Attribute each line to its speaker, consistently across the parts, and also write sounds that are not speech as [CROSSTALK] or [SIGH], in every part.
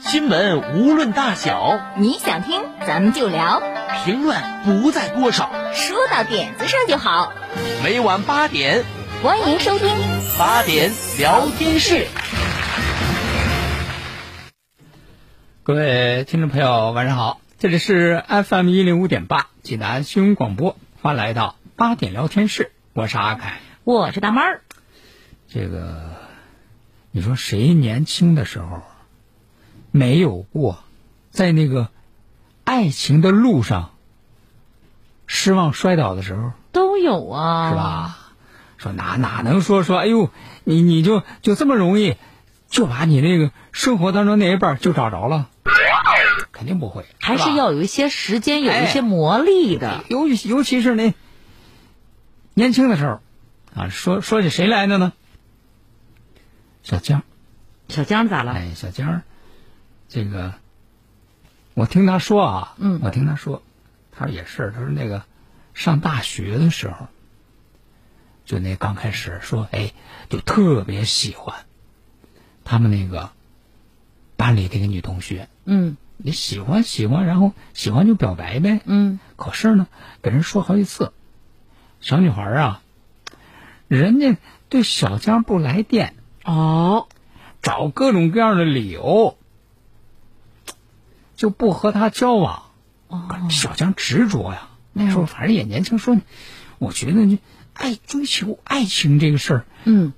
Speaker 1: 新闻无论大小，
Speaker 2: 你想听咱们就聊，
Speaker 1: 评论不在多少，
Speaker 2: 说到点子上就好。
Speaker 1: 每晚八点，
Speaker 2: 欢迎收听
Speaker 1: 八点聊天室。
Speaker 3: 各位听众朋友，晚上好，这里是 FM 一零五点八济南新闻广播，欢迎来到八点聊天室，我是阿凯。
Speaker 2: 我是大猫儿，
Speaker 3: 这个，你说谁年轻的时候没有过在那个爱情的路上失望摔倒的时候，
Speaker 2: 都有啊，
Speaker 3: 是？吧？说哪哪能说说，哎呦，你你就就这么容易就把你那个生活当中那一半儿就找着了？肯定不会，
Speaker 2: 还
Speaker 3: 吧
Speaker 2: 是要有一些时间，有
Speaker 3: 哎
Speaker 2: 一些磨砺的。
Speaker 3: 尤尤其是那年轻的时候啊，说说起谁来的呢？小江，
Speaker 2: 小江咋了？
Speaker 3: 哎，小江儿，这个我听他说啊，
Speaker 2: 嗯
Speaker 3: 我听他说，他说也是，他说那个上大学的时候，就那刚开始说，哎，就特别喜欢他们那个班里那个女同学，
Speaker 2: 嗯
Speaker 3: 你喜欢喜欢，然后喜欢就表白呗，
Speaker 2: 嗯，
Speaker 3: 可是呢，给人说好几次，小女孩儿啊，人家对小江不来电，
Speaker 2: 哦，
Speaker 3: 找各种各样的理由，就不和他交往。
Speaker 2: 哦
Speaker 3: 可小江执着呀，
Speaker 2: 哎
Speaker 3: 那时候反正也年轻，说，我觉得你爱追求爱情这个事儿，
Speaker 2: 嗯，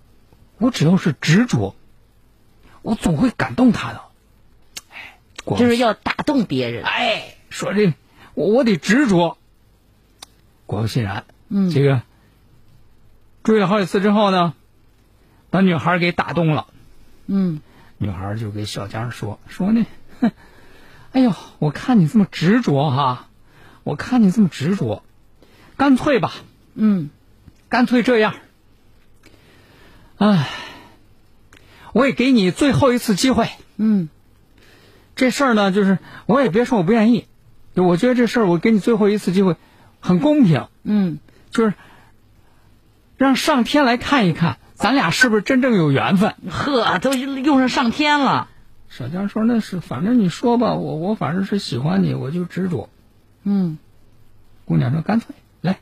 Speaker 3: 我只要是执着，我总会感动他的。哎，果
Speaker 2: 就是要打动别人。
Speaker 3: 哎，说这我我得执着。果不其然，嗯，这个追了好几次之后呢，把女孩儿给打动了。
Speaker 2: 嗯，
Speaker 3: 女孩儿就给小江说说呢，哼哎呦，我看你这么执着哈，我看你这么执着，干脆吧，
Speaker 2: 嗯，
Speaker 3: 干脆这样，哎，我也给你最后一次机会。
Speaker 2: 嗯，
Speaker 3: 这事儿呢，就是我也别说我不愿意，就我觉得这事儿我给你最后一次机会，很公平，
Speaker 2: 嗯，
Speaker 3: 就是让上天来看一看，咱俩是不是真正有缘分。
Speaker 2: 呵，都用上上天了。
Speaker 3: 小江说：“那是，反正你说吧，我我反正是喜欢你，我就执着。
Speaker 2: 嗯”
Speaker 3: 姑娘说：“干脆来。”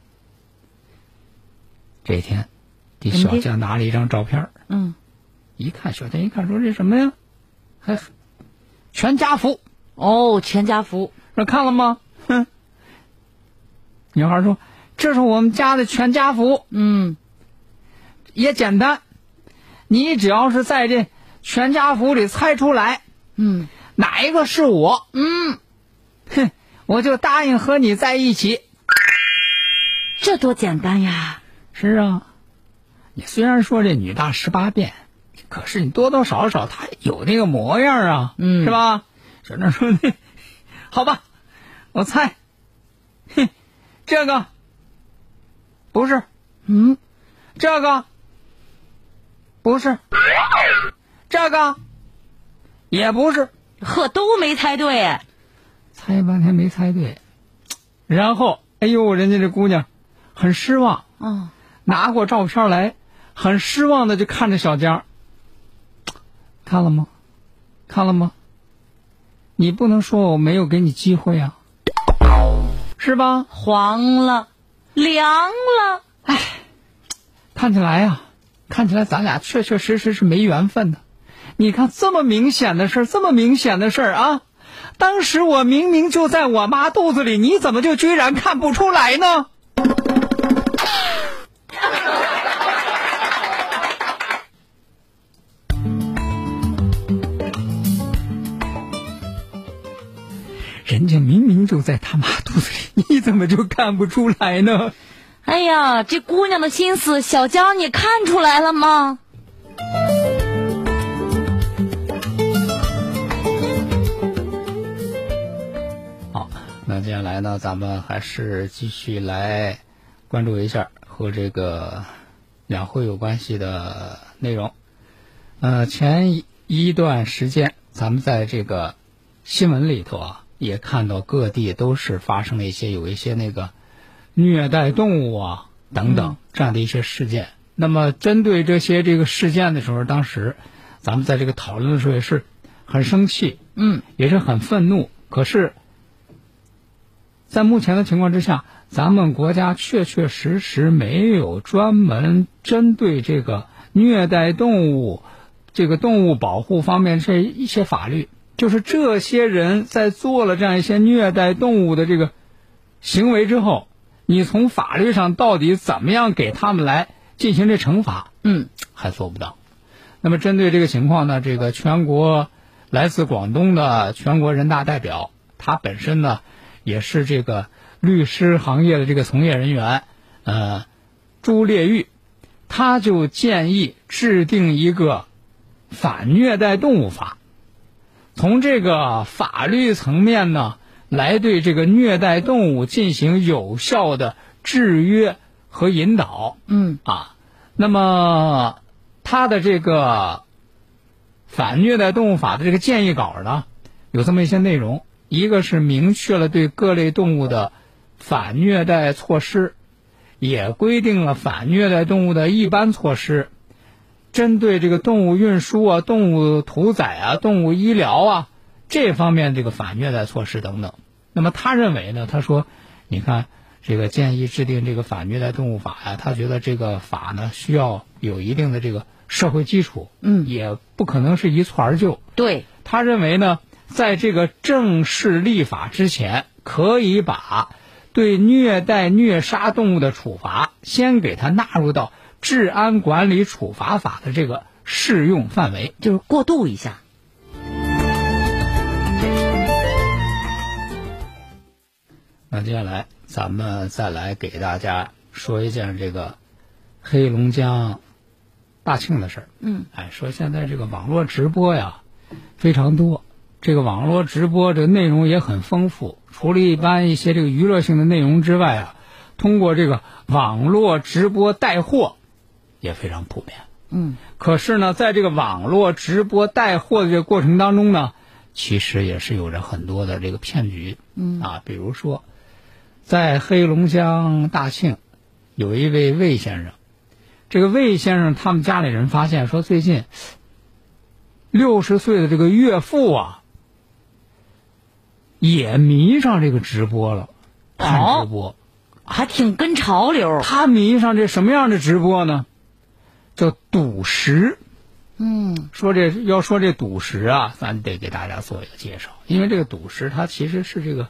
Speaker 3: 这一天，给
Speaker 2: 怎么
Speaker 3: 小
Speaker 2: 的
Speaker 3: 江拿了一张照片儿，
Speaker 2: 嗯，
Speaker 3: 一看，小江一看说：“这什么呀？还全家福。”
Speaker 2: 哦，全家福。
Speaker 3: 说看了吗？哼。女孩说：“这是我们家的全家福，
Speaker 2: 嗯，
Speaker 3: 也简单。你只要是在这全家福里猜出来，
Speaker 2: 嗯，
Speaker 3: 哪一个是我，嗯，哼，我就答应和你在一起。
Speaker 2: 这多简单呀。
Speaker 3: 是啊，你虽然说这女大十八变，可是你多多少少她有那个模样啊，
Speaker 2: 嗯
Speaker 3: 是吧？小张说：“好吧，我猜，嘿，这个不是，
Speaker 2: 嗯，
Speaker 3: 这个不是，这个也不是，
Speaker 2: 呵，都没猜对。
Speaker 3: 猜半天没猜对。然后，哎呦，人家这姑娘很失望，
Speaker 2: 哦，
Speaker 3: 拿过照片来，很失望的就看着小江，看了吗？看了吗？你不能说我没有给你机会啊，是吧？
Speaker 2: 黄了，凉了。
Speaker 3: 看起来呀、看起来咱俩确确实实是没缘分的。你看这么明显的事儿，这么明显的事儿啊！当时我明明就在我妈肚子里，你怎么就居然看不出来呢？人家明明就在他妈肚子里，你怎么就看不出来呢？
Speaker 2: 哎呀，这姑娘的心思，小江你看出来了吗？
Speaker 3: 接下来呢，咱们还是继续来关注一下和这个两会有关系的内容。呃，前一段时间，咱们在这个新闻里头啊，也看到各地都是发生了一些有一些那个虐待动物啊等等这样的一些事件。那么，针对这些这个事件的时候，当时咱们在这个讨论的时候也是很生气，
Speaker 2: 嗯，
Speaker 3: 也是很愤怒。可是，在目前的情况之下，咱们国家确确实实没有专门针对这个虐待动物、这个动物保护方面这一些法律。就是这些人在做了这样一些虐待动物的这个行为之后，你从法律上到底怎么样给他们来进行这惩罚，
Speaker 2: 嗯，
Speaker 3: 还做不到。那么针对这个情况呢，这个全国来自广东的全国人大代表，他本身呢也是这个律师行业的这个从业人员，呃，朱烈玉，他就建议制定一个反虐待动物法，从这个法律层面呢来对这个虐待动物进行有效的制约和引导。
Speaker 2: 嗯
Speaker 3: 啊，那么他的这个反虐待动物法的这个建议稿呢，有这么一些内容：一个是明确了对各类动物的反虐待措施，也规定了反虐待动物的一般措施，针对这个动物运输啊、动物屠宰啊、动物医疗啊这方面这个反虐待措施等等。那么他认为呢，他说，你看这个建议制定这个反虐待动物法呀、他觉得这个法呢需要有一定的这个社会基础，
Speaker 2: 嗯
Speaker 3: 也不可能是一蹴而就。
Speaker 2: 对，
Speaker 3: 他认为呢，在这个正式立法之前，可以把对虐待、虐杀动物的处罚先给它纳入到《治安管理处罚法》的这个适用范围。
Speaker 2: 就是过渡一下。
Speaker 3: 那接下来咱们再来给大家说一件这个黑龙江大庆的事儿。
Speaker 2: 嗯，
Speaker 3: 哎，说现在这个网络直播呀非常多，这个网络直播这内容也很丰富。除了一般一些这个娱乐性的内容之外啊，通过这个网络直播带货也非常普遍。
Speaker 2: 嗯，
Speaker 3: 可是呢，在这个网络直播带货的这个过程当中呢，其实也是有着很多的这个骗局。嗯啊，比如说，在黑龙江大庆，有一位魏先生，这个魏先生他们家里人发现说，最近六十岁的这个岳父啊，也迷上这个直播了，看直播。
Speaker 2: 还挺跟潮流。
Speaker 3: 他迷上这什么样的直播呢？叫赌石。
Speaker 2: 嗯
Speaker 3: 说这要说这赌石啊，咱得给大家做一个介绍，因为这个赌石它其实是这个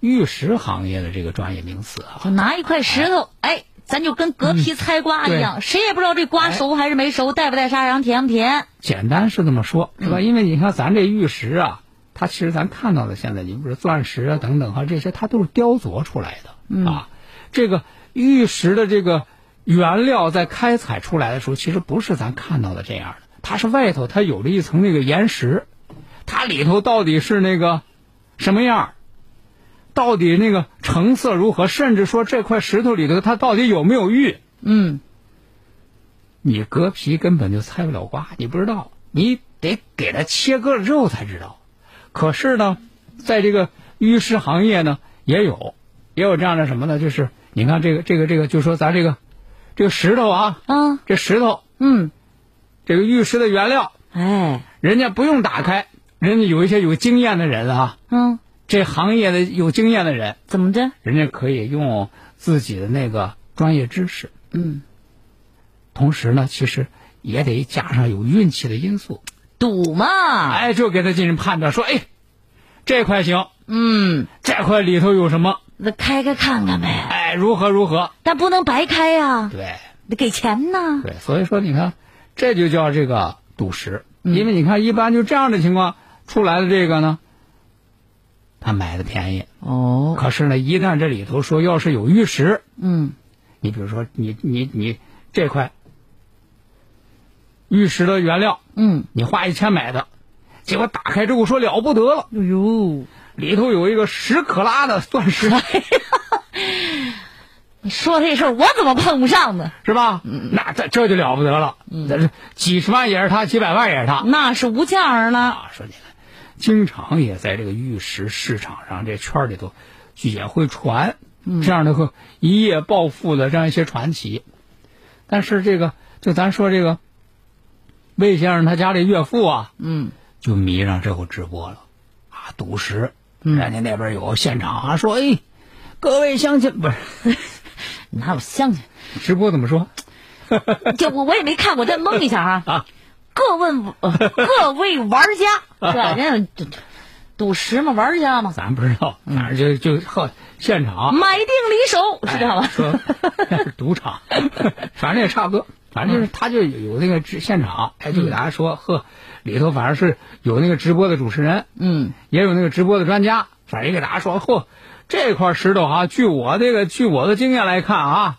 Speaker 3: 玉石行业的这个专业名词啊。
Speaker 2: 就拿一块石头，哎，咱就跟隔皮猜瓜一样，谁也不知道这瓜熟还是没熟，带不带沙瓤，甜不甜。
Speaker 3: 简单是这么说，是吧？因为你看咱这玉石啊，它其实咱看到的现在，你比如钻石啊等等哈、这些，它都是雕琢出来的、啊。这个玉石的这个原料在开采出来的时候，其实不是咱看到的这样的，它是外头它有了一层那个岩石，它里头到底是那个什么样儿？到底那个成色如何？甚至说这块石头里头它到底有没有玉？
Speaker 2: 嗯，
Speaker 3: 你割皮根本就猜不了瓜，你不知道，你得给它切割了之后才知道。可是呢，在这个玉石行业呢，也有也有这样的什么呢？就是你看这个这个这个，就说咱这个这个石头啊，
Speaker 2: 啊，
Speaker 3: 这石头
Speaker 2: 嗯，
Speaker 3: 这个玉石的原料，
Speaker 2: 哎，
Speaker 3: 人家不用打开，人家有一些有经验的人啊，
Speaker 2: 嗯，
Speaker 3: 这行业的有经验的人，
Speaker 2: 怎么着？
Speaker 3: 人家可以用自己的那个专业知识，
Speaker 2: 嗯，
Speaker 3: 同时呢，其实也得加上有运气的因素。
Speaker 2: 赌嘛。
Speaker 3: 哎，就给他进行判断，说，哎，这块行，
Speaker 2: 嗯，
Speaker 3: 这块里头有什么？
Speaker 2: 那开开看看呗，
Speaker 3: 哎，如何如何？
Speaker 2: 但不能白开呀、
Speaker 3: 对
Speaker 2: 得给钱呐。
Speaker 3: 对，所以说你看，这就叫这个赌石，因为你看一般就这样的情况出来的这个呢，他买的便宜，
Speaker 2: 哦，
Speaker 3: 可是呢，一旦这里头说要是有玉石，
Speaker 2: 嗯，
Speaker 3: 你比如说你你你这块玉石的原料，
Speaker 2: 嗯，
Speaker 3: 你花一千买的，结果打开之后说了不得了。
Speaker 2: 哎呦，
Speaker 3: 里头有一个十克拉的钻石，
Speaker 2: 你说这事儿我怎么碰不上呢？
Speaker 3: 是吧？那这这就了不得了，那是几十万也是他，几百万也是他。
Speaker 2: 那是无价儿了。
Speaker 3: 啊，说起来，经常也在这个玉石市场上这圈儿里头，也会传这样的个一夜暴富的这样一些传奇。但是这个，就咱说这个魏先生他家这岳父啊，
Speaker 2: 嗯，
Speaker 3: 就迷上这个直播了，啊，赌石，人家那边有现场啊，说哎，各位乡亲，不是
Speaker 2: 哪有相 [LAUGHS] 信？
Speaker 3: 直播怎么说？
Speaker 2: 就我我也没看，我再蒙一下 [LAUGHS] 啊
Speaker 3: 啊。
Speaker 2: 各问、呃各位玩 [LAUGHS] 家，是吧？人家赌石嘛，玩家嘛，
Speaker 3: 咱不知道，反正就就呵，现场
Speaker 2: 买定离手，是这样吧？
Speaker 3: 哎说那是赌
Speaker 2: [LAUGHS]
Speaker 3: 场，反正也差不多。反正就是他就有那个直现场，哎，就给大家说，呵，里头反正是有那个直播的主持人，
Speaker 2: 嗯，
Speaker 3: 也有那个直播的专家，反正也给大家说，嚯，这块石头啊，据我这个据我的经验来看啊，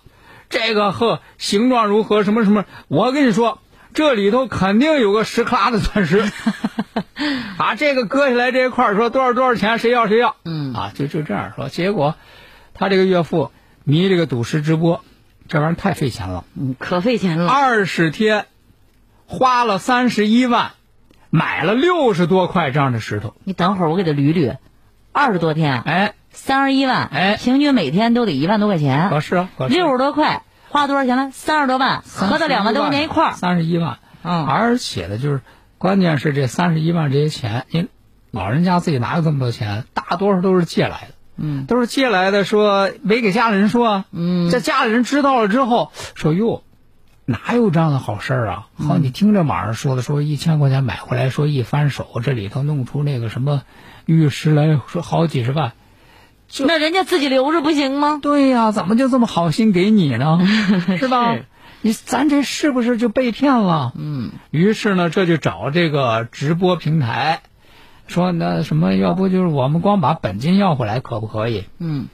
Speaker 3: 这个呵形状如何，什么什么，我跟你说，这里头肯定有个十克拉的钻石，啊，这个割下来这一块儿说多少多少钱，谁要谁要，嗯，啊，就就这样说，结果他这个岳父迷这个赌石直播，这玩意儿太费钱了，
Speaker 2: 嗯可费钱了。
Speaker 3: 二十天花了三十一万，买了六十多块这样的石头，
Speaker 2: 你等会儿我给他捋捋，二十多天，
Speaker 3: 哎。
Speaker 2: 三十一万，
Speaker 3: 哎
Speaker 2: 平均每天都得一万多块钱，
Speaker 3: 合适啊，合适。
Speaker 2: 六十多块，花多少钱了？三十多万，合到两万多块钱一块儿。
Speaker 3: 三十一万。
Speaker 2: 嗯
Speaker 3: 而且呢，就是关键是这三十一万这些钱，您老人家自己哪有这么多钱？大多数都是借来的。
Speaker 2: 嗯，
Speaker 3: 都是借来的，说没给家里人说啊。嗯，这家里人知道了之后，说哟，哪有这样的好事儿啊？
Speaker 2: 嗯
Speaker 3: 好，你听这网上说的，说一千块钱买回来，说一翻手，这里头弄出那个什么玉石来，说好几十万。
Speaker 2: 那人家自己留着不行吗？
Speaker 3: 对呀、怎么就这么好心给你 [LAUGHS] 呢？是吧？你咱这是不是就被骗了？嗯。于是呢，这就找这个直播平台，说那什么，要不就是我们光把本金要回来可不可以？
Speaker 2: 嗯，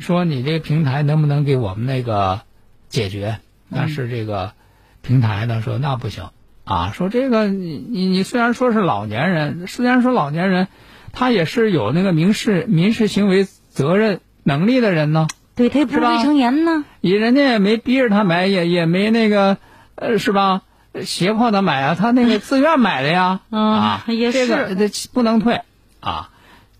Speaker 3: 说你这个平台能不能给我们那个解决？但是这个平台呢说那不行啊，说这个你你你虽然说是老年人，虽然说老年人，他也是有那个民事民事行为责任能力的人呢，
Speaker 2: 对他也不是
Speaker 3: 是吧
Speaker 2: 未成年呢。
Speaker 3: 也人家也没逼着他买，也也没那个呃是吧？呃胁迫他买啊，他那个自愿买的呀，
Speaker 2: 嗯
Speaker 3: 啊，
Speaker 2: 也
Speaker 3: 这个这不能退啊。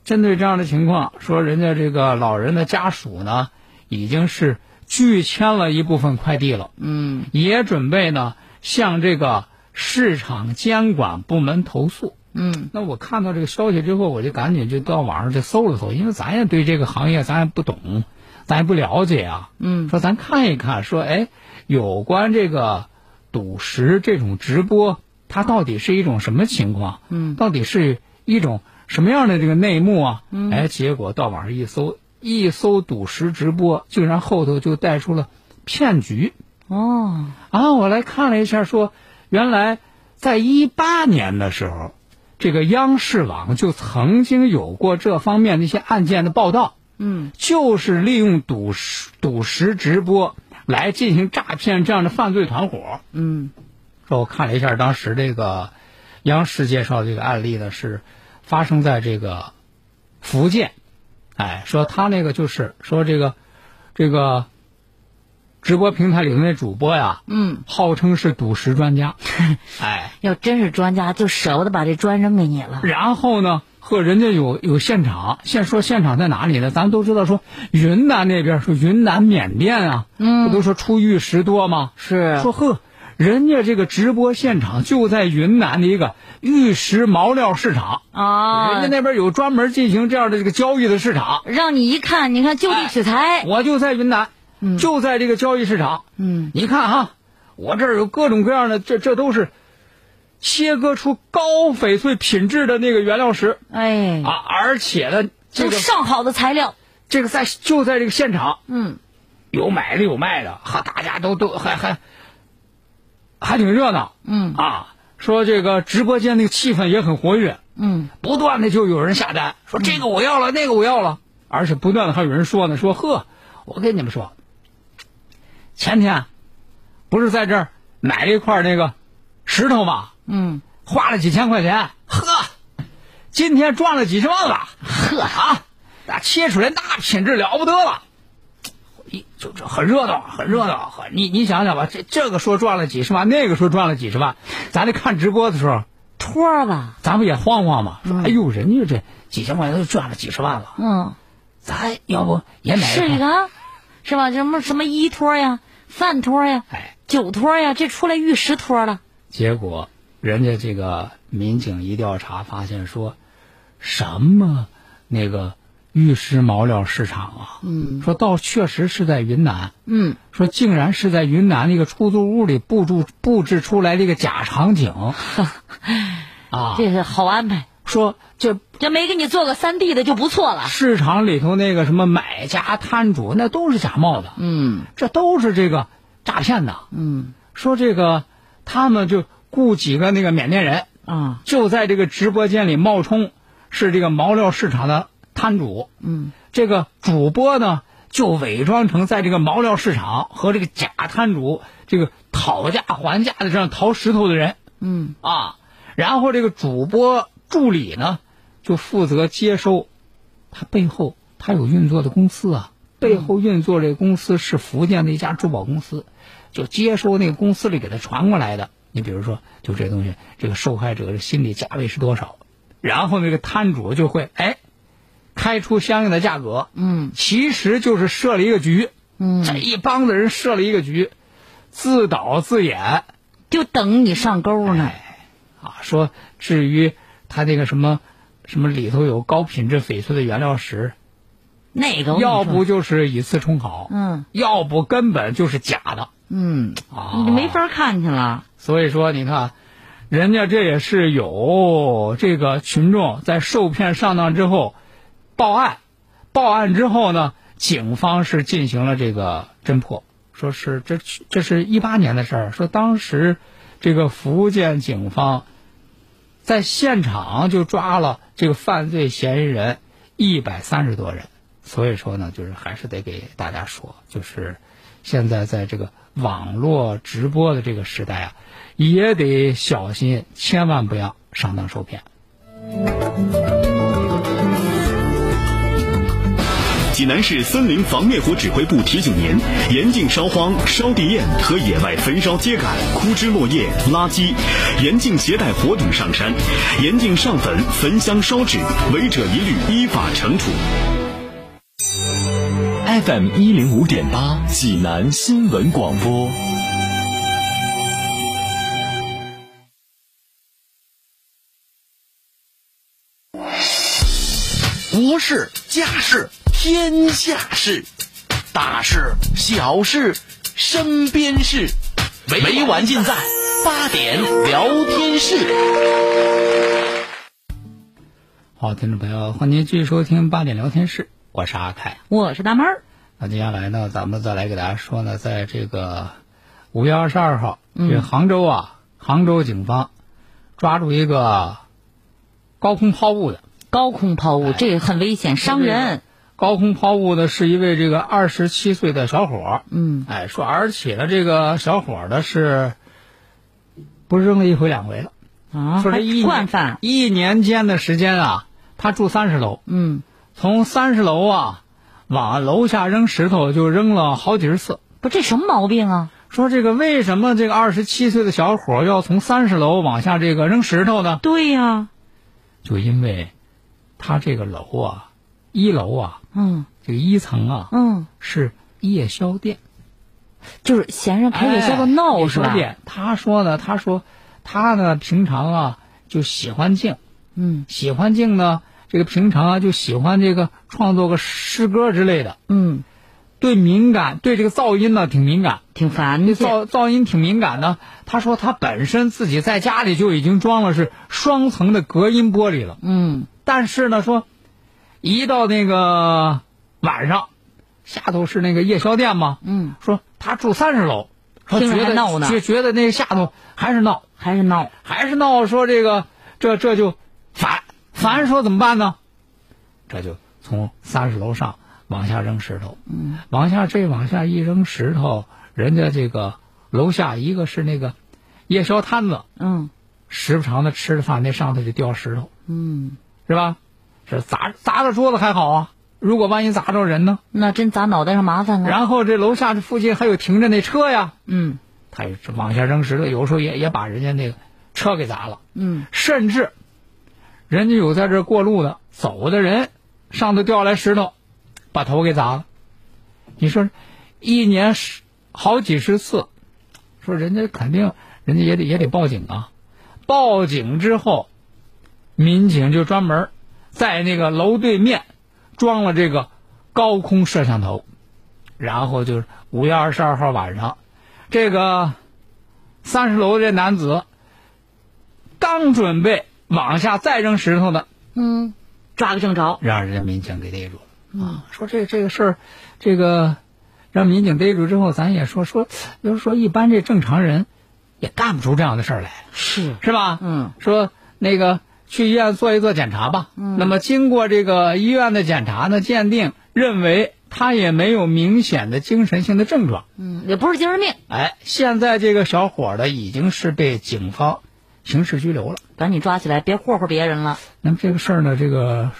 Speaker 3: 针对这样的情况，说人家这个老人的家属呢，已经是拒签了一部分快递了，
Speaker 2: 嗯，
Speaker 3: 也准备呢向这个市场监管部门投诉。
Speaker 2: 嗯，
Speaker 3: 那我看到这个消息之后，我就赶紧就到网上去搜了搜，因为咱也对这个行业咱也不懂，咱也不了解啊。
Speaker 2: 嗯，
Speaker 3: 说咱看一看，说哎，有关这个赌石这种直播，它到底是一种什么情况？嗯，到底是一种什么样的这个内幕啊？嗯，哎，结果到网上一搜，一搜赌石直播，竟然后头就带出了骗局。
Speaker 2: 哦，
Speaker 3: 啊，我来看了一下说，原来在一八年的时候，这个央视网就曾经有过这方面的一些案件的报道，
Speaker 2: 嗯，
Speaker 3: 就是利用赌石赌石直播来进行诈骗这样的犯罪团伙。
Speaker 2: 嗯，
Speaker 3: 说我看了一下当时这个央视介绍这个案例呢，是发生在这个福建，哎，说他那个就是说这个这个直播平台里的那主播呀，
Speaker 2: 嗯，
Speaker 3: 号称是赌石专家， [LAUGHS] 哎，
Speaker 2: 要真是专家，就舍不得把这砖扔给你了。
Speaker 3: 然后呢和人家有有现场，现说现场在哪里呢？咱们都知道说云南那边说云南缅甸啊，嗯，不都说出玉石多吗？
Speaker 2: 是
Speaker 3: 说呵，人家这个直播现场就在云南的一个玉石毛料市场，
Speaker 2: 啊，
Speaker 3: 人家那边有专门进行这样的这个交易的市场。
Speaker 2: 让你一看，你看就地取材，
Speaker 3: 我就在云南，就在这个交易市场。
Speaker 2: 嗯，
Speaker 3: 你看哈，我这儿有各种各样的，这这都是切割出高翡翠品质的那个原料石
Speaker 2: 哎，
Speaker 3: 啊，而且呢，这
Speaker 2: 就
Speaker 3: 个
Speaker 2: 上好的材料，
Speaker 3: 这个在就在这个现场，
Speaker 2: 嗯，
Speaker 3: 有买的有卖的，哈，大家都都还还还挺热闹，
Speaker 2: 嗯
Speaker 3: 啊，说这个直播间那个气氛也很活跃，
Speaker 2: 嗯，
Speaker 3: 不断的就有人下单，说这个我要了，那个我要了，而且不断的还有人说呢，说呵，我跟你们说，前天啊不是在这儿买了一块那个石头吗？
Speaker 2: 嗯，
Speaker 3: 花了几千块钱，呵，今天赚了几十万了，
Speaker 2: 呵，
Speaker 3: 啊，那切出来那品质了不得了，一就这很热闹，很热闹。很你你想想吧，这这个说赚了几十万，那个说赚了几十万，咱这看直播的时候，
Speaker 2: 托儿吧，
Speaker 3: 咱不也晃晃吗？说哎呦，人家这几千块钱都赚了几十万了，
Speaker 2: 嗯，
Speaker 3: 咱要不也买
Speaker 2: 试
Speaker 3: 一
Speaker 2: 一
Speaker 3: 个？
Speaker 2: 个啊，是吧？什么什么一托儿呀，饭托儿呀，
Speaker 3: 哎，
Speaker 2: 酒托儿呀，这出来玉石托儿了，
Speaker 3: 结果人家这个民警一调查，发现说什么那个玉石毛料市场啊，嗯，说到确实是在云南，
Speaker 2: 嗯，
Speaker 3: 说竟然是在云南那个出租屋里布住布置出来这个假场景，啊，
Speaker 2: 这是好安排，
Speaker 3: 说这
Speaker 2: 这没给你做个三 D 的就不错了，
Speaker 3: 市场里头那个什么买家摊主那都是假冒的，
Speaker 2: 嗯
Speaker 3: 这都是这个诈骗的。
Speaker 2: 嗯
Speaker 3: 说这个他们就雇几个那个缅甸人，
Speaker 2: 啊
Speaker 3: 就在这个直播间里冒充是这个毛料市场的摊主，
Speaker 2: 嗯
Speaker 3: 这个主播呢就伪装成在这个毛料市场和这个假摊主这个讨价还价的这样淘石头的人
Speaker 2: 嗯
Speaker 3: 啊，然后这个主播助理呢就负责接收，他背后他有运作的公司
Speaker 2: 嗯
Speaker 3: 啊，背后运作这个公司是福建的一家珠宝公司，就接收那个公司里给他传过来的。你比如说，就这东西，这个受害者的心理价位是多少，然后那个摊主就会哎，开出相应的价格，
Speaker 2: 嗯
Speaker 3: 其实就是设了一个局，
Speaker 2: 嗯，
Speaker 3: 这一帮子人设了一个局，自导自演
Speaker 2: 就等你上钩呢，
Speaker 3: 啊，说至于他这个什么什么里头有高品质翡翠的原料石，
Speaker 2: 那哦个我跟你
Speaker 3: 要
Speaker 2: 说
Speaker 3: 不就是以次充好，
Speaker 2: 嗯
Speaker 3: 要不根本就是假的
Speaker 2: 嗯，
Speaker 3: 啊，
Speaker 2: 你没法看去了，
Speaker 3: 所以说，你看，人家这也是有这个群众在受骗上当之后报案，报案之后呢，警方是进行了这个侦破，说是这这是一八年的事儿，说当时这个福建警方在现场就抓了这个犯罪嫌疑人一百三十多人。所以说呢，就是还是得给大家说，就是现在在这个网络直播的这个时代啊，也得小心，千万不要上当受骗。
Speaker 4: 济南市森林防灭火指挥部提醒您：严禁烧荒、烧地堰和野外焚烧秸秆、枯枝落叶、垃圾；严禁携带火种上山；严禁上坟、焚香烧纸，违者一律依法惩处。
Speaker 5: FM 一零五点八，济南新闻广播。
Speaker 1: 国事、家事、天下事，大事、小事、身边事，每晚尽在八点聊天室。
Speaker 3: 好，听众朋友，欢迎继续收听八点聊天室，我是阿凯。
Speaker 2: 我是大妹儿，
Speaker 3: 那接下来呢，咱们再来给大家说呢，在这个五月二十二号，
Speaker 2: 嗯
Speaker 3: 这杭州啊，杭州警方抓住一个高空抛物的，
Speaker 2: 高空抛物这个很危险，伤人，
Speaker 3: 高空抛物的是一位这个二十七岁的小伙儿，
Speaker 2: 嗯
Speaker 3: 哎，说而且呢，这个小伙儿呢是，不是扔了一回两回了，
Speaker 2: 啊，
Speaker 3: 说这
Speaker 2: 还
Speaker 3: 一
Speaker 2: 惯
Speaker 3: 年
Speaker 2: 犯，
Speaker 3: 一年间的时间啊，他住三十楼，
Speaker 2: 嗯，
Speaker 3: 从三十楼啊往楼下扔石头就扔了好几十次。
Speaker 2: 不，这什么毛病啊？
Speaker 3: 说这个为什么这个二十七岁的小伙儿要从三十楼往下这个扔石头呢？
Speaker 2: 对呀、
Speaker 3: 就因为，他这个楼啊，一楼啊，
Speaker 2: 嗯
Speaker 3: 这个一层啊
Speaker 2: 嗯，
Speaker 3: 是夜宵店。
Speaker 2: 就是闲着陪着叫做闹、
Speaker 3: 哎
Speaker 2: 是吧
Speaker 3: 小？姐他说呢，他说他呢平常啊就喜欢静，
Speaker 2: 嗯
Speaker 3: 喜欢静呢，这个平常啊就喜欢这个创作个诗歌之类的，
Speaker 2: 嗯，
Speaker 3: 对敏感，对这个噪音呢挺敏感，
Speaker 2: 挺烦
Speaker 3: 对
Speaker 2: 的。
Speaker 3: 噪噪音挺敏感的。他说他本身自己在家里就已经装了是双层的隔音玻璃了，
Speaker 2: 嗯
Speaker 3: 但是呢说，一到那个晚上，下头是那个夜宵店嘛，
Speaker 2: 嗯，
Speaker 3: 说他住三十楼，说
Speaker 2: 听
Speaker 3: 觉
Speaker 2: 着还
Speaker 3: 得
Speaker 2: 闹呢
Speaker 3: 觉觉得那个下头还是闹，
Speaker 2: 还是闹。
Speaker 3: 还是闹，说这个这这就烦烦，说怎么办呢？这就从三十楼上往下扔石头，嗯，往下这往下一扔石头，人家这个楼下一个是那个夜宵摊子，
Speaker 2: 嗯
Speaker 3: 时不常的吃着饭，那上头就掉石头，
Speaker 2: 嗯
Speaker 3: 是吧？这砸砸着桌子还好啊，如果万一砸着人呢？
Speaker 2: 那真砸脑袋上麻烦了。
Speaker 3: 然后这楼下这附近还有停着那车呀，
Speaker 2: 嗯
Speaker 3: 他也是往下扔石头，有时候也也把人家那个车给砸了，
Speaker 2: 嗯，
Speaker 3: 甚至人家有在这儿过路的走的人上头掉来石头，把头给砸了。你说一年十好几十次，说人家肯定人家也得也得报警啊，报警之后，民警就专门在那个楼对面装了这个高空摄像头，然后就是五月二十二号晚上，这个三十楼这男子刚准备往下再扔石头呢，
Speaker 2: 嗯，抓个正着。
Speaker 3: 让人家民警给逮住了啊！说这这个事儿，这个让民警逮住之后，咱也说说，就是说一般这正常人也干不出这样的事儿来，
Speaker 2: 是，
Speaker 3: 是吧？
Speaker 2: 嗯，
Speaker 3: 说那个去医院做一做检查吧。嗯，那么经过这个医院的检查呢，鉴定认为他也没有明显的精神性的症状。
Speaker 2: 嗯，也不是精神病，
Speaker 3: 哎，现在这个小伙儿呢，已经是被警方刑事拘留了。
Speaker 2: 赶紧抓起来，别霍霍别人了。
Speaker 3: 那么这个事儿呢，这个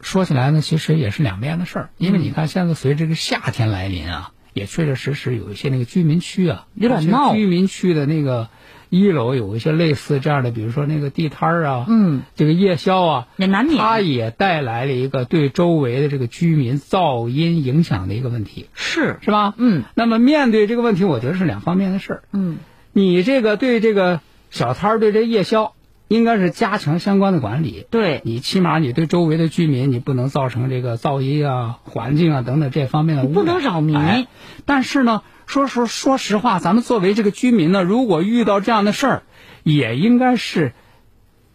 Speaker 3: 说起来呢，其实也是两面的事儿，
Speaker 2: 嗯
Speaker 3: 因为你看，现在随着这个夏天来临啊，也确确实实有一些那个居民区啊，
Speaker 2: 有点闹
Speaker 3: 有些居民区的那个一楼有一些类似这样的，比如说那个地摊儿啊，
Speaker 2: 嗯，
Speaker 3: 这个夜宵啊，
Speaker 2: 也难免
Speaker 3: 它也带来了一个对周围的这个居民噪音影响的一个问题，
Speaker 2: 是，
Speaker 3: 是吧？
Speaker 2: 嗯，
Speaker 3: 那么面对这个问题，我觉得是两方面的事儿。
Speaker 2: 嗯，
Speaker 3: 你这个对这个小摊儿对这夜宵，应该是加强相关的管理。
Speaker 2: 对，
Speaker 3: 你起码你对周围的居民，你不能造成这个噪音啊、环境啊等等这方面的污染，
Speaker 2: 不能扰民
Speaker 3: 哎但是呢，说说说实话，咱们作为这个居民呢，如果遇到这样的事儿，也应该是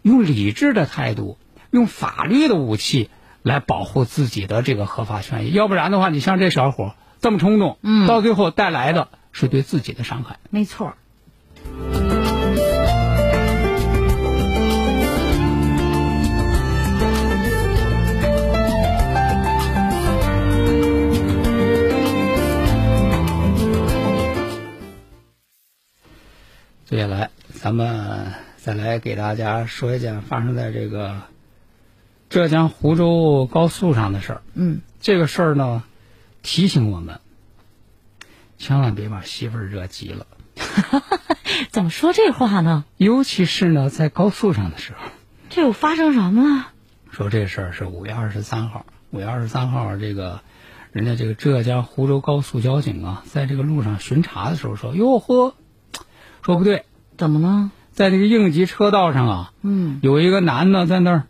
Speaker 3: 用理智的态度，用法律的武器来保护自己的这个合法权益。要不然的话，你像这小伙儿这么冲动，嗯，到最后带来的是对自己的伤害。
Speaker 2: 没错儿。
Speaker 3: 接下来，咱们再来给大家说一件发生在这个浙江湖州高速上的事儿。
Speaker 2: 嗯，
Speaker 3: 这个事儿呢，提醒我们，千万别把媳妇儿惹急了，
Speaker 2: 怎么说这话呢？
Speaker 3: 尤其是呢在高速上的时候。
Speaker 2: 这又发生什么了？
Speaker 3: 说这事儿是五月二十三号，五月二十三号这个。人家这个浙江湖州高速交警啊，在这个路上巡查的时候说：“哟呵，说不对，
Speaker 2: 怎么了？
Speaker 3: 在这个应急车道上啊，
Speaker 2: 嗯，
Speaker 3: 有一个男的在那儿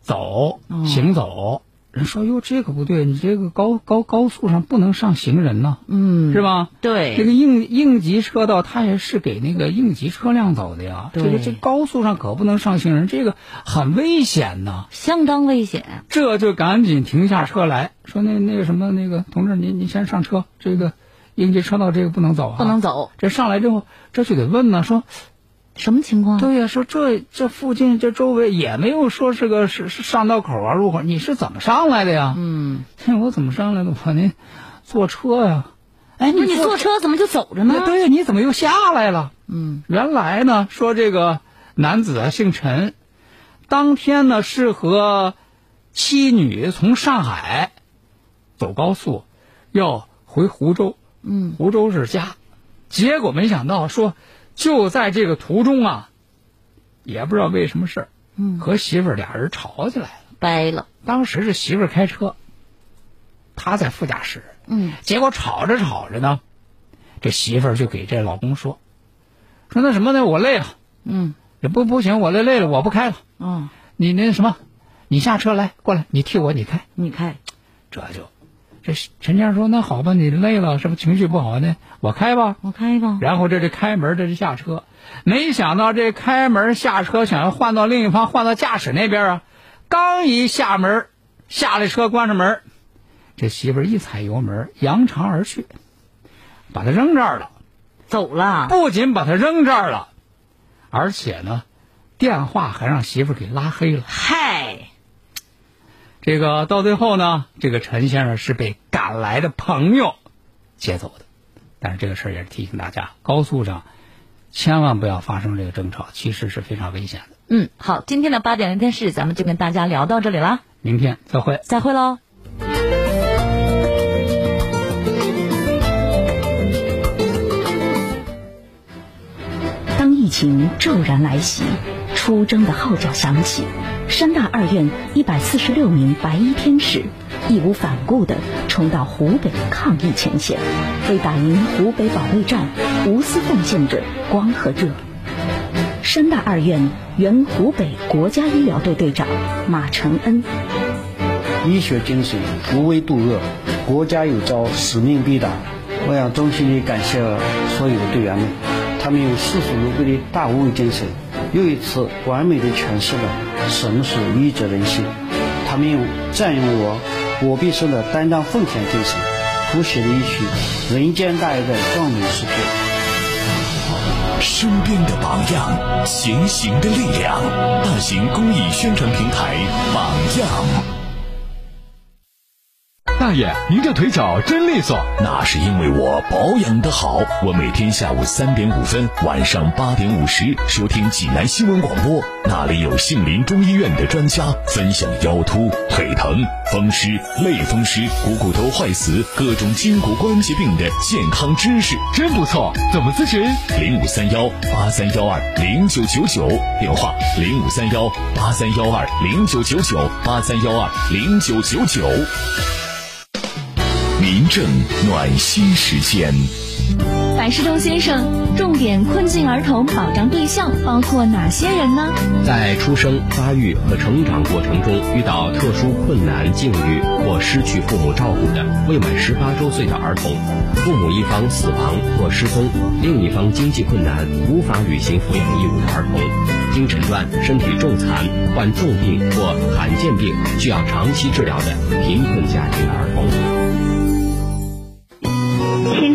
Speaker 3: 走，
Speaker 2: 哦
Speaker 3: 行走。人说哟，这个不对，你这个高高高速上不能上行人呐、
Speaker 2: 嗯，
Speaker 3: 是吧？
Speaker 2: 对
Speaker 3: 这个应应急车道它也是给那个应急车辆走的呀。这
Speaker 2: 对
Speaker 3: 个这高速上可不能上行人，这个很危险呐、
Speaker 2: 相当危险。
Speaker 3: 这就赶紧停下车来说那那个什么那个同志，您您先上车，这个应急车道这个不能走啊，
Speaker 2: 不能。走，
Speaker 3: 这上来之后，这就得问呢、说
Speaker 2: 什么情况？啊
Speaker 3: 对呀、说这这附近这周围也没有说是个是是上道口啊入口，你是怎么上来的呀？
Speaker 2: 嗯，
Speaker 3: 嘿 [LAUGHS] 我怎么上来的？我那坐车呀、哎，
Speaker 2: 不是你
Speaker 3: 坐
Speaker 2: 坐车怎么就走着
Speaker 3: 那
Speaker 2: 呢？
Speaker 3: 哎对呀，你怎么又下来了？
Speaker 2: 嗯，
Speaker 3: 原来呢，说这个男子啊姓陈，当天呢是和妻女从上海走高速，要回湖州，
Speaker 2: 嗯，
Speaker 3: 湖州是家，结果没想到说就在这个途中啊，也不知道为什么事儿，嗯，和媳妇儿俩人吵起来了。
Speaker 2: 掰了。
Speaker 3: 当时是媳妇儿开车，他在副驾驶，
Speaker 2: 嗯，
Speaker 3: 结果吵着吵着呢，这媳妇儿就给这老公说，说那什么呢，我累了，
Speaker 2: 嗯，
Speaker 3: 也不不行，我累累了，我不开了，
Speaker 2: 哦，
Speaker 3: 你那什么，你下车来，过来，你替我，你开，
Speaker 2: 你看，
Speaker 3: 这就，这陈先生说那好吧，你累了，是不是情绪不好呢？我开吧，
Speaker 2: 我开吧。
Speaker 3: 然后这是开门，这是下车，没想到这开门下车想要换到另一方，换到驾驶那边啊，刚一下门，下了车关上门，这媳妇儿一踩油门，扬长而去，把他扔这儿了。
Speaker 2: 走了。
Speaker 3: 不仅把他扔这儿了，而且呢，电话还让媳妇儿给拉黑了。
Speaker 2: 嗨，
Speaker 3: 这个到最后呢，这个陈先生是被赶来的朋友接走的。但是这个事儿也是提醒大家，高速上千万不要发生这个争吵，其实是非常危险的。
Speaker 2: 嗯，好，今天的八点聊天室咱们就跟大家聊到这里啦。
Speaker 3: 明天再会。
Speaker 2: 再会喽。
Speaker 6: 当疫情骤然来袭，出征的号角响起，山大二院一百四十六名白衣天使义无反顾地冲到湖北抗疫前线，为打赢湖北保卫战无私奉献着光和热。山大二院原湖北国家医疗队队长马承恩，
Speaker 7: 医学精神无微不恶，国家有招，使命必达。我想衷心地感谢所有的队员们，他们有视死如归的大无畏精神，又一次完美地诠释了什么是医者仁心。他们用赞扬我我必胜的担当奉献精神，谱写了一曲人间大爱的壮美诗歌。
Speaker 5: 身边的榜样，前行的力量。大型公益宣传平台榜样。大爷，您这腿脚真利索。那是因为我保养的好。我每天下午三点五分，晚上八点五十收听济南新闻广播，那里有杏林中医院的专家分享腰突、腿疼、风湿、类风湿、股骨头坏死、各种筋骨关节病的健康知识，真不错。怎么咨询？零五三幺八三幺二零九九九，电话零五三幺八三幺二零九九九八三幺二零九九九。民政暖心时间，
Speaker 8: 百事中先生，重点困境儿童保障对象包括哪些人呢？
Speaker 9: 在出生、发育和成长过程中遇到特殊困难境遇或失去父母照顾的未满十八周岁的儿童，父母一方死亡或失踪，另一方经济困难无法履行抚养义务的儿童，经诊断身体重残、患重病或罕见病需要长期治疗的贫困家庭的儿童。
Speaker 10: 青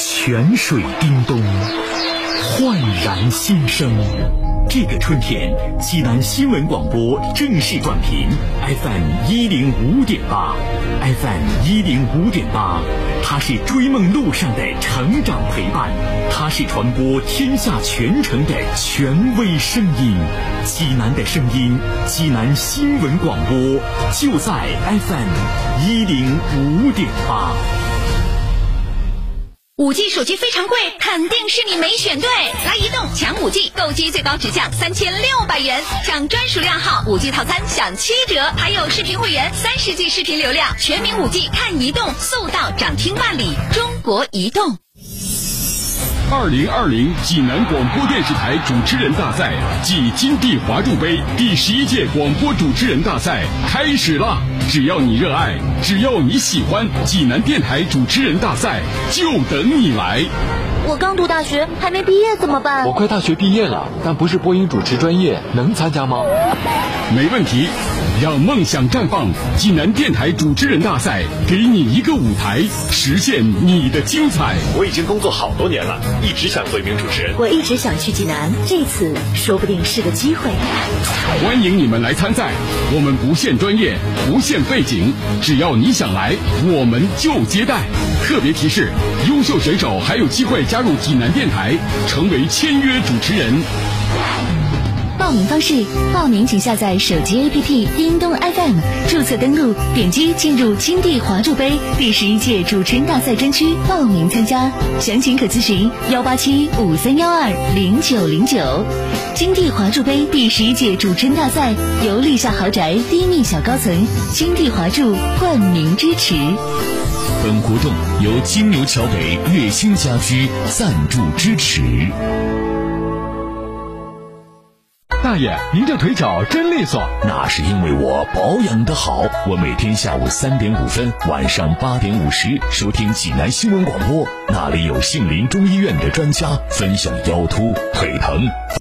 Speaker 5: 泉水叮咚，焕然新生。这个春天，济南新闻广播正式转频 FM 一零五点八，FM 一零五点八，它是追梦路上的成长陪伴，它是传播天下全城的权威声音。济南的声音，济南新闻广播就在 FM 一零五点八。
Speaker 11: 五 G 手机非常贵，肯定是你没选对。来移动抢五 G，购机最高直降三千六百元，享专属靓号五 G 套餐享七折，还有视频会员三十 G 视频流量，全民五 G 看移动，速到涨停万里。中国移动。
Speaker 5: 二零二零济南广播电视台主持人大赛暨金地华筑杯第十一届广播主持人大赛开始啦！只要你热爱，只要你喜欢，济南电台主持人大赛就等你来。
Speaker 12: 我刚读大学，还没毕业怎么办？
Speaker 13: 我快大学毕业了，但不是播音主持专业，能参加吗？
Speaker 5: 没问题，让梦想绽放！济南电台主持人大赛给你一个舞台，实现你的精彩。
Speaker 14: 我已经工作好多年了，一直想做一名主持人。
Speaker 15: 我一直想去济南，这次说不定是个机会。
Speaker 5: 欢迎你们来参赛，我们不限专业，不限背景，只要你想来，我们就接待。特别提示：优秀选手还有机会加入济南电台，成为签约主持人。
Speaker 8: 报名方式：报名请下载手机 APP 叮咚 FM，注册登录，点击进入金地华筑杯第十一届主持人大赛专区报名参加。详情可咨询幺八七五三幺二零九零九。金地华筑杯第十一届主持人大赛由立夏豪宅低密小高层金地华筑冠名支持。
Speaker 5: 本活动由金牛桥北悦兴家居赞助支持。大爷，您这腿脚真利索。那是因为我保养的好。我每天下午三点五分，晚上八点五十收听济南新闻广播，那里有杏林中医院的专家分享腰突、腿疼。